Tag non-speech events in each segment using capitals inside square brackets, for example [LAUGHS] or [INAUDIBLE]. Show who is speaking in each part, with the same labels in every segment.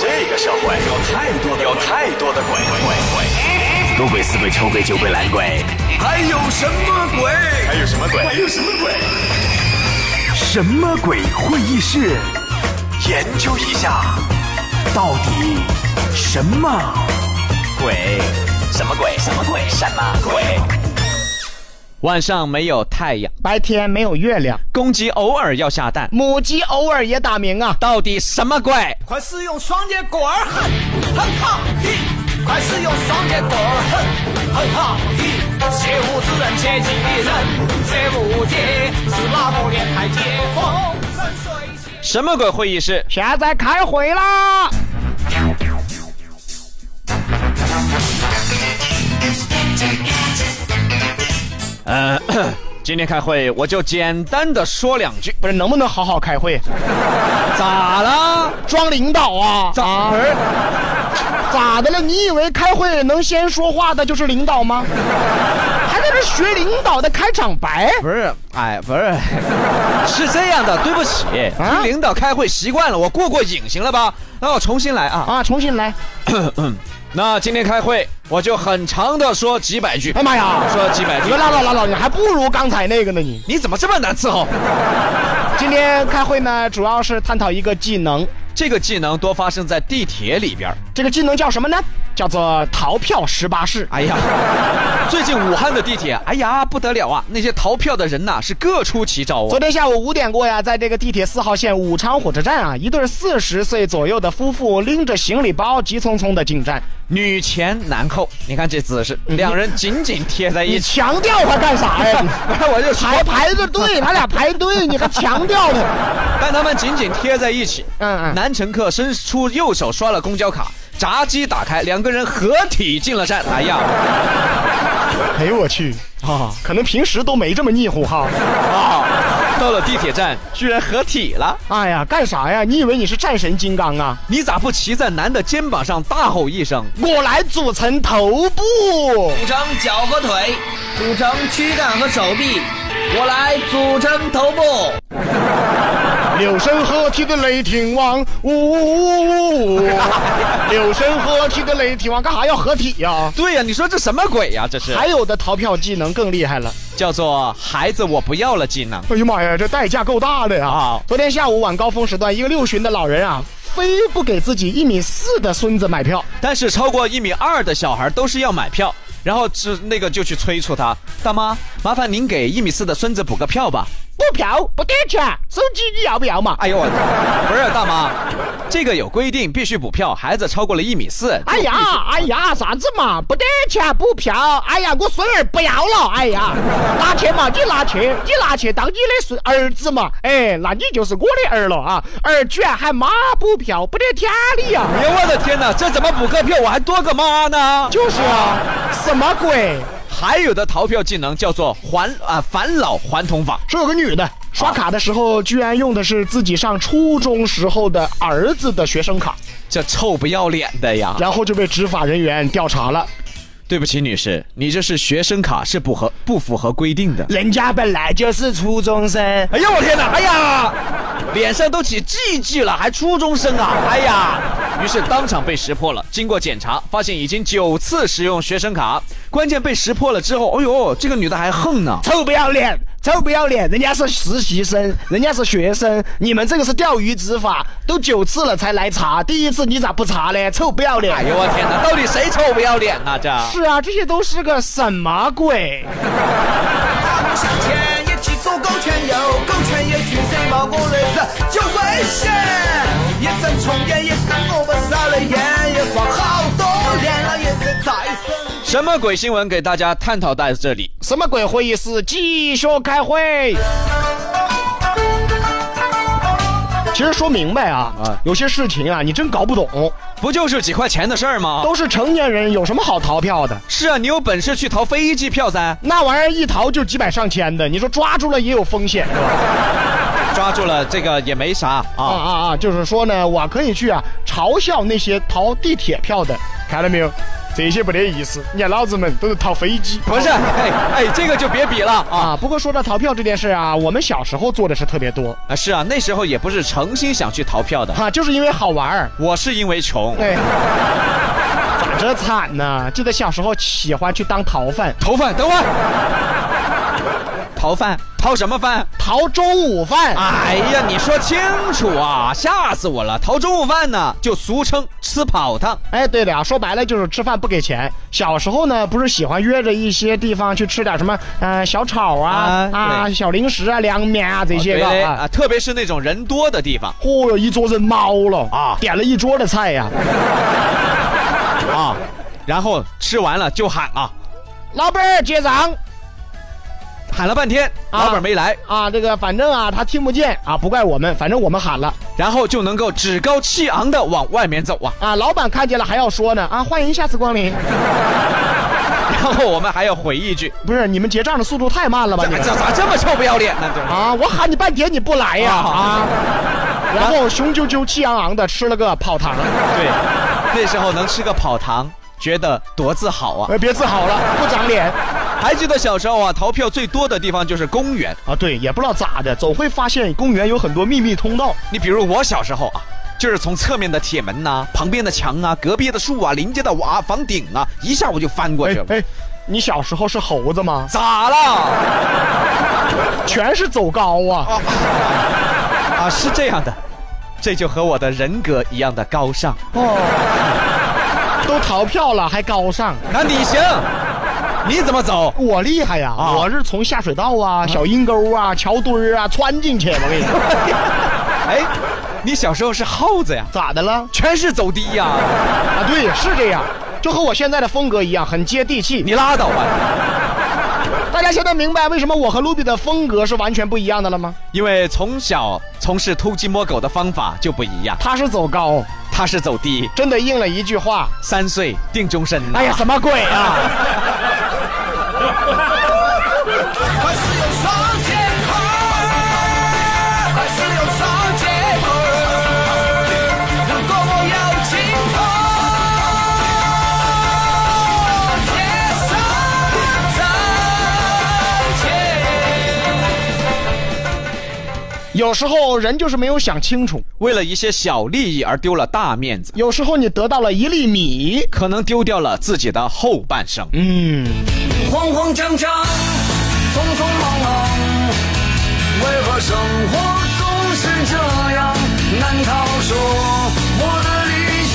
Speaker 1: 这个社会有太多的有太多的鬼鬼鬼，赌鬼、死鬼、丑鬼、酒鬼、懒鬼，还有什么鬼？还有什么鬼？还有什么鬼？什么鬼会议室？研究一下，到底什么鬼？什么鬼？什么鬼？什么鬼？
Speaker 2: 晚上没有太阳，
Speaker 3: 白天没有月亮，
Speaker 2: 公鸡偶尔要下蛋，
Speaker 3: 母鸡偶尔也打鸣啊！
Speaker 2: 到底什么鬼？
Speaker 4: 快使用双截棍儿，哼哼哈嘿！快使用双截棍儿，哼哼哈嘿！切勿指人切记人，这无解是哪个年代解放？人谁写？
Speaker 2: 什么鬼会议室？
Speaker 3: 现在开会啦！
Speaker 2: 呃，咳今天开会我就简单的说两句，
Speaker 3: 不是能不能好好
Speaker 2: [LAUGHS]
Speaker 3: 开会？
Speaker 2: 咋啦？
Speaker 3: 装领导啊？
Speaker 2: 咋
Speaker 3: 啊
Speaker 2: 不是
Speaker 3: 咋的了？你以为开会能先说话的就是领
Speaker 2: [LAUGHS]
Speaker 3: 导吗？还在这学领导的开场白？
Speaker 2: 不是，哎，不 [LAUGHS] 是，是这样的，对不起，
Speaker 3: 啊
Speaker 2: 听领导开会习惯了，我过过瘾，行了吧？那我重新来啊。
Speaker 3: 啊，重新来！
Speaker 2: [COUGHS] 那今天开会，我就很长的说几百句
Speaker 3: 哎，妈呀！
Speaker 2: 说几百
Speaker 3: 你
Speaker 2: 句
Speaker 3: 说。拉倒拉倒，你还不如刚才那个呢你。
Speaker 2: 你怎么这么难伺候？
Speaker 3: 今天开会呢，主要是探讨一个技能，
Speaker 2: 这个技能多发生在地铁里边儿。
Speaker 3: 这个技能叫什么呢？叫做逃票十八式。
Speaker 2: 哎
Speaker 3: [LAUGHS]
Speaker 2: 呀，最近武汉的地铁，哎呀不得了啊！那些逃票的人呐、是各出奇招
Speaker 3: 昨
Speaker 2: 啊。
Speaker 3: 天下午五点过呀，在这个地铁四号线武昌火车站啊，一对四十岁左右的夫妇拎着行李包，急匆匆的进站。
Speaker 2: 女前男后，你看这姿势，两人紧紧贴在一
Speaker 3: 你
Speaker 2: 起。
Speaker 3: [LAUGHS] 强调它干啥呀？嗯哎你
Speaker 2: [LAUGHS] 我就说
Speaker 3: 排排着队，他俩排队，你还强调呢？
Speaker 2: 但他们紧紧贴在一起。
Speaker 3: 嗯嗯
Speaker 2: 男乘客伸出右手刷了公交卡，闸机打开，两个人合体进了站。哎呀，
Speaker 3: 哎呦我去啊！可能平时都没这么腻乎哈。
Speaker 2: 啊，到了地铁站，居然合体了！
Speaker 3: 哎呀，干啥呀？你以为你是战神金刚啊？
Speaker 2: 你咋不骑在男的肩膀上大吼一声？
Speaker 3: 我来组成头部。
Speaker 4: 组成脚和腿，组成躯干和手臂，我来组成头部。
Speaker 3: 六神合体的雷霆王，呜 [LAUGHS] 呜呜呜！六神合体的雷霆王，干啥要合体呀、
Speaker 2: 对呀、你说这什么鬼呀、这是
Speaker 3: 还有的逃票技能更厉害了。
Speaker 2: 叫做“孩子我不要了”技能。
Speaker 3: 哎呀妈呀，这代价够大的呀！
Speaker 2: 啊
Speaker 3: 昨天下午晚高峰时段，一个六旬的老人啊，非不给自己一米四的孙子买票。
Speaker 2: 但是超过一米二的小孩都是要买票，然后是那个就去催促他：“大妈，麻烦您给一米四的孙子补个票吧。”
Speaker 3: 不嫖不给钱，手机你要不要嘛？
Speaker 2: 哎呦我，不是大妈，这个有规定，必须补票，孩子超过了一米四。
Speaker 3: 哎呀，哎呀，啥子嘛？不得钱不嫖。哎呀，我孙儿不要了。哎呀，拿去嘛，你拿去，你拿去当你的孙儿子嘛。哎，那你就是我的儿了啊！儿居然喊妈不嫖，不得天理啊呀、
Speaker 2: 哎呦我的天哪，这怎么补个票我还多个妈呢？
Speaker 3: 就是啊，什么鬼？
Speaker 2: 还有的逃票技能叫做还啊返老还童法。
Speaker 3: 说有个女的刷卡的时候，居然用的是自己上初中时候的儿子的学生卡，
Speaker 2: 这臭不要脸的呀！
Speaker 3: 然后就被执法人员调查了。
Speaker 2: 对不起，女士，你这是学生卡，是不合不符合规定的。
Speaker 3: 人家本来就是初中生，
Speaker 2: 哎呦我天哪！哎呀，脸上都起疥疥了，还初中生啊！哎呀，于是当场被识破了。经过检查，发现已经九次使用学生卡，关键被识破了之后，哎呦，这个女的还横呢。
Speaker 3: 臭不要脸，臭不要脸！人家是实习生，人家是学生，你们这个是钓鱼执法，都九次了才来查，第一次你咋不查嘞？臭不要脸！
Speaker 2: 哎呦我天哪，到底谁臭不要脸啊？这
Speaker 3: 是啊，这些都是个什么鬼？
Speaker 4: 大步向前，一起左勾拳右勾拳，一拳三毛我日子就危险。一阵重演，一跟我们杀了眼，一晃好多年了，一直在身边。
Speaker 2: 什么鬼新闻？给大家探讨在这里。
Speaker 3: 什么鬼会议室？继续开会。其实说明白啊，
Speaker 2: 啊
Speaker 3: 有些事情啊，你真搞不懂，
Speaker 2: 不就是几块钱的事儿吗？
Speaker 3: 都是成年人，有什么好逃票的？
Speaker 2: 是啊，你有本事去逃飞机票噻！
Speaker 3: 那玩意儿一逃就几百上千的，你说抓住了也有风险，是吧？
Speaker 2: 抓住了这个也没啥
Speaker 3: 啊
Speaker 2: 啊。
Speaker 3: 啊啊！就是说呢，我可以去啊嘲笑那些逃地铁票的，看到没有？这些没得意思，你看老子们都是逃飞机，
Speaker 2: 不是，哎哎，这个就别比了啊！
Speaker 3: 啊。不过说到逃票这件事啊，我们小时候做的是特别多，
Speaker 2: 啊，是啊，那时候也不是诚心想去逃票的，
Speaker 3: 哈、就是因为好玩儿。
Speaker 2: 我是因为穷，
Speaker 3: 哎， [LAUGHS] 咋这惨呢？记得小时候喜欢去当逃犯，
Speaker 2: 逃犯，等会儿，逃犯，逃什么饭？
Speaker 3: 逃中午饭啊。
Speaker 2: 哎呀，你说清楚啊！吓死我了，逃中午饭呢，就俗称吃跑堂。
Speaker 3: 哎，对的啊，说白了就是吃饭不给钱。小时候呢，不是喜欢约着一些地方去吃点什么，呃，小炒啊
Speaker 2: 啊
Speaker 3: 啊
Speaker 2: 对
Speaker 3: 小零食啊、凉面啊这些
Speaker 2: 对
Speaker 3: 个
Speaker 2: 嘞
Speaker 3: 啊。
Speaker 2: 啊，特别是那种人多的地方
Speaker 3: 嚯哟，一桌人猫了
Speaker 2: 啊
Speaker 3: 点了一桌的菜呀、
Speaker 2: 啊，然后吃完了就喊啊，
Speaker 3: 老板儿结账
Speaker 2: 喊了半天，
Speaker 3: 啊
Speaker 2: 老板没来，
Speaker 3: 啊，这个反正啊他听不见啊，不怪我们，反正我们喊了
Speaker 2: 然后就能够趾高气昂的往外面
Speaker 3: [LAUGHS]
Speaker 2: 走啊。
Speaker 3: 啊，老板看见了还要说呢啊，欢迎下次光临。
Speaker 2: 然后我们还要回一句，
Speaker 3: 不是你们结账的速度太慢了吧？
Speaker 2: 咋
Speaker 3: 你们
Speaker 2: 咋咋这么臭不要脸呢？这
Speaker 3: 啊，我喊你半天你不来呀
Speaker 2: 啊
Speaker 3: 啊！然后雄赳赳气昂昂的吃了个泡 [LAUGHS] 糖，
Speaker 2: 对，那时候能吃个跑堂，觉得多自豪啊！
Speaker 3: 呃，别自豪了，不长脸
Speaker 2: 还记得小时候啊，逃票最多的地方就是公园。
Speaker 3: 啊！对，也不知道咋的，总会发现公园有很多秘密通道。
Speaker 2: 你比如我小时候啊，就是从侧面的铁门呐、旁边的墙啊、隔壁的树啊、邻居的瓦、房顶啊，一下我就翻过去了。
Speaker 3: 哎，你小时候是猴子吗？
Speaker 2: 咋了？
Speaker 3: 全是走高啊！
Speaker 2: 啊，是这样的，这就和我的人格一样的高尚。
Speaker 3: 哦，都逃票了还高尚，
Speaker 2: 那你行，你怎么走？
Speaker 3: 我厉害呀！
Speaker 2: 啊
Speaker 3: 我是从下水道啊、小阴沟啊、桥墩儿啊穿进去，我跟 [LAUGHS] 你说，
Speaker 2: 哎，你小时候是耗子呀，
Speaker 3: 咋的了？
Speaker 2: 全是走低呀，
Speaker 3: 啊，对，是这样，就和我现在的风格一样，很接地气。
Speaker 2: 你拉倒吧。
Speaker 3: 大家现在明白为什么我和卢比的风格是完全不一样的了吗？
Speaker 2: 因为从小从事偷鸡摸狗的方法就不一样，
Speaker 3: 他是走高，
Speaker 2: 他是走低，
Speaker 3: 真的应了一句话。
Speaker 2: 三岁定终身呐。
Speaker 3: 哎呀，什么鬼啊！
Speaker 4: 快使用双截棍儿，快使用双截棍儿，如果我有尽头，天上再见。
Speaker 3: [LAUGHS] 有时候人就是没有想清楚，
Speaker 2: 为了一些小利益而丢了大面子，
Speaker 3: 有时候你得到了一粒米，
Speaker 2: 可能丢掉了自己的后半生。
Speaker 3: 嗯，
Speaker 4: 慌慌张张，匆匆忙忙，为何生活总是这样？难道说我的理想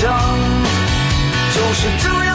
Speaker 4: 就是这样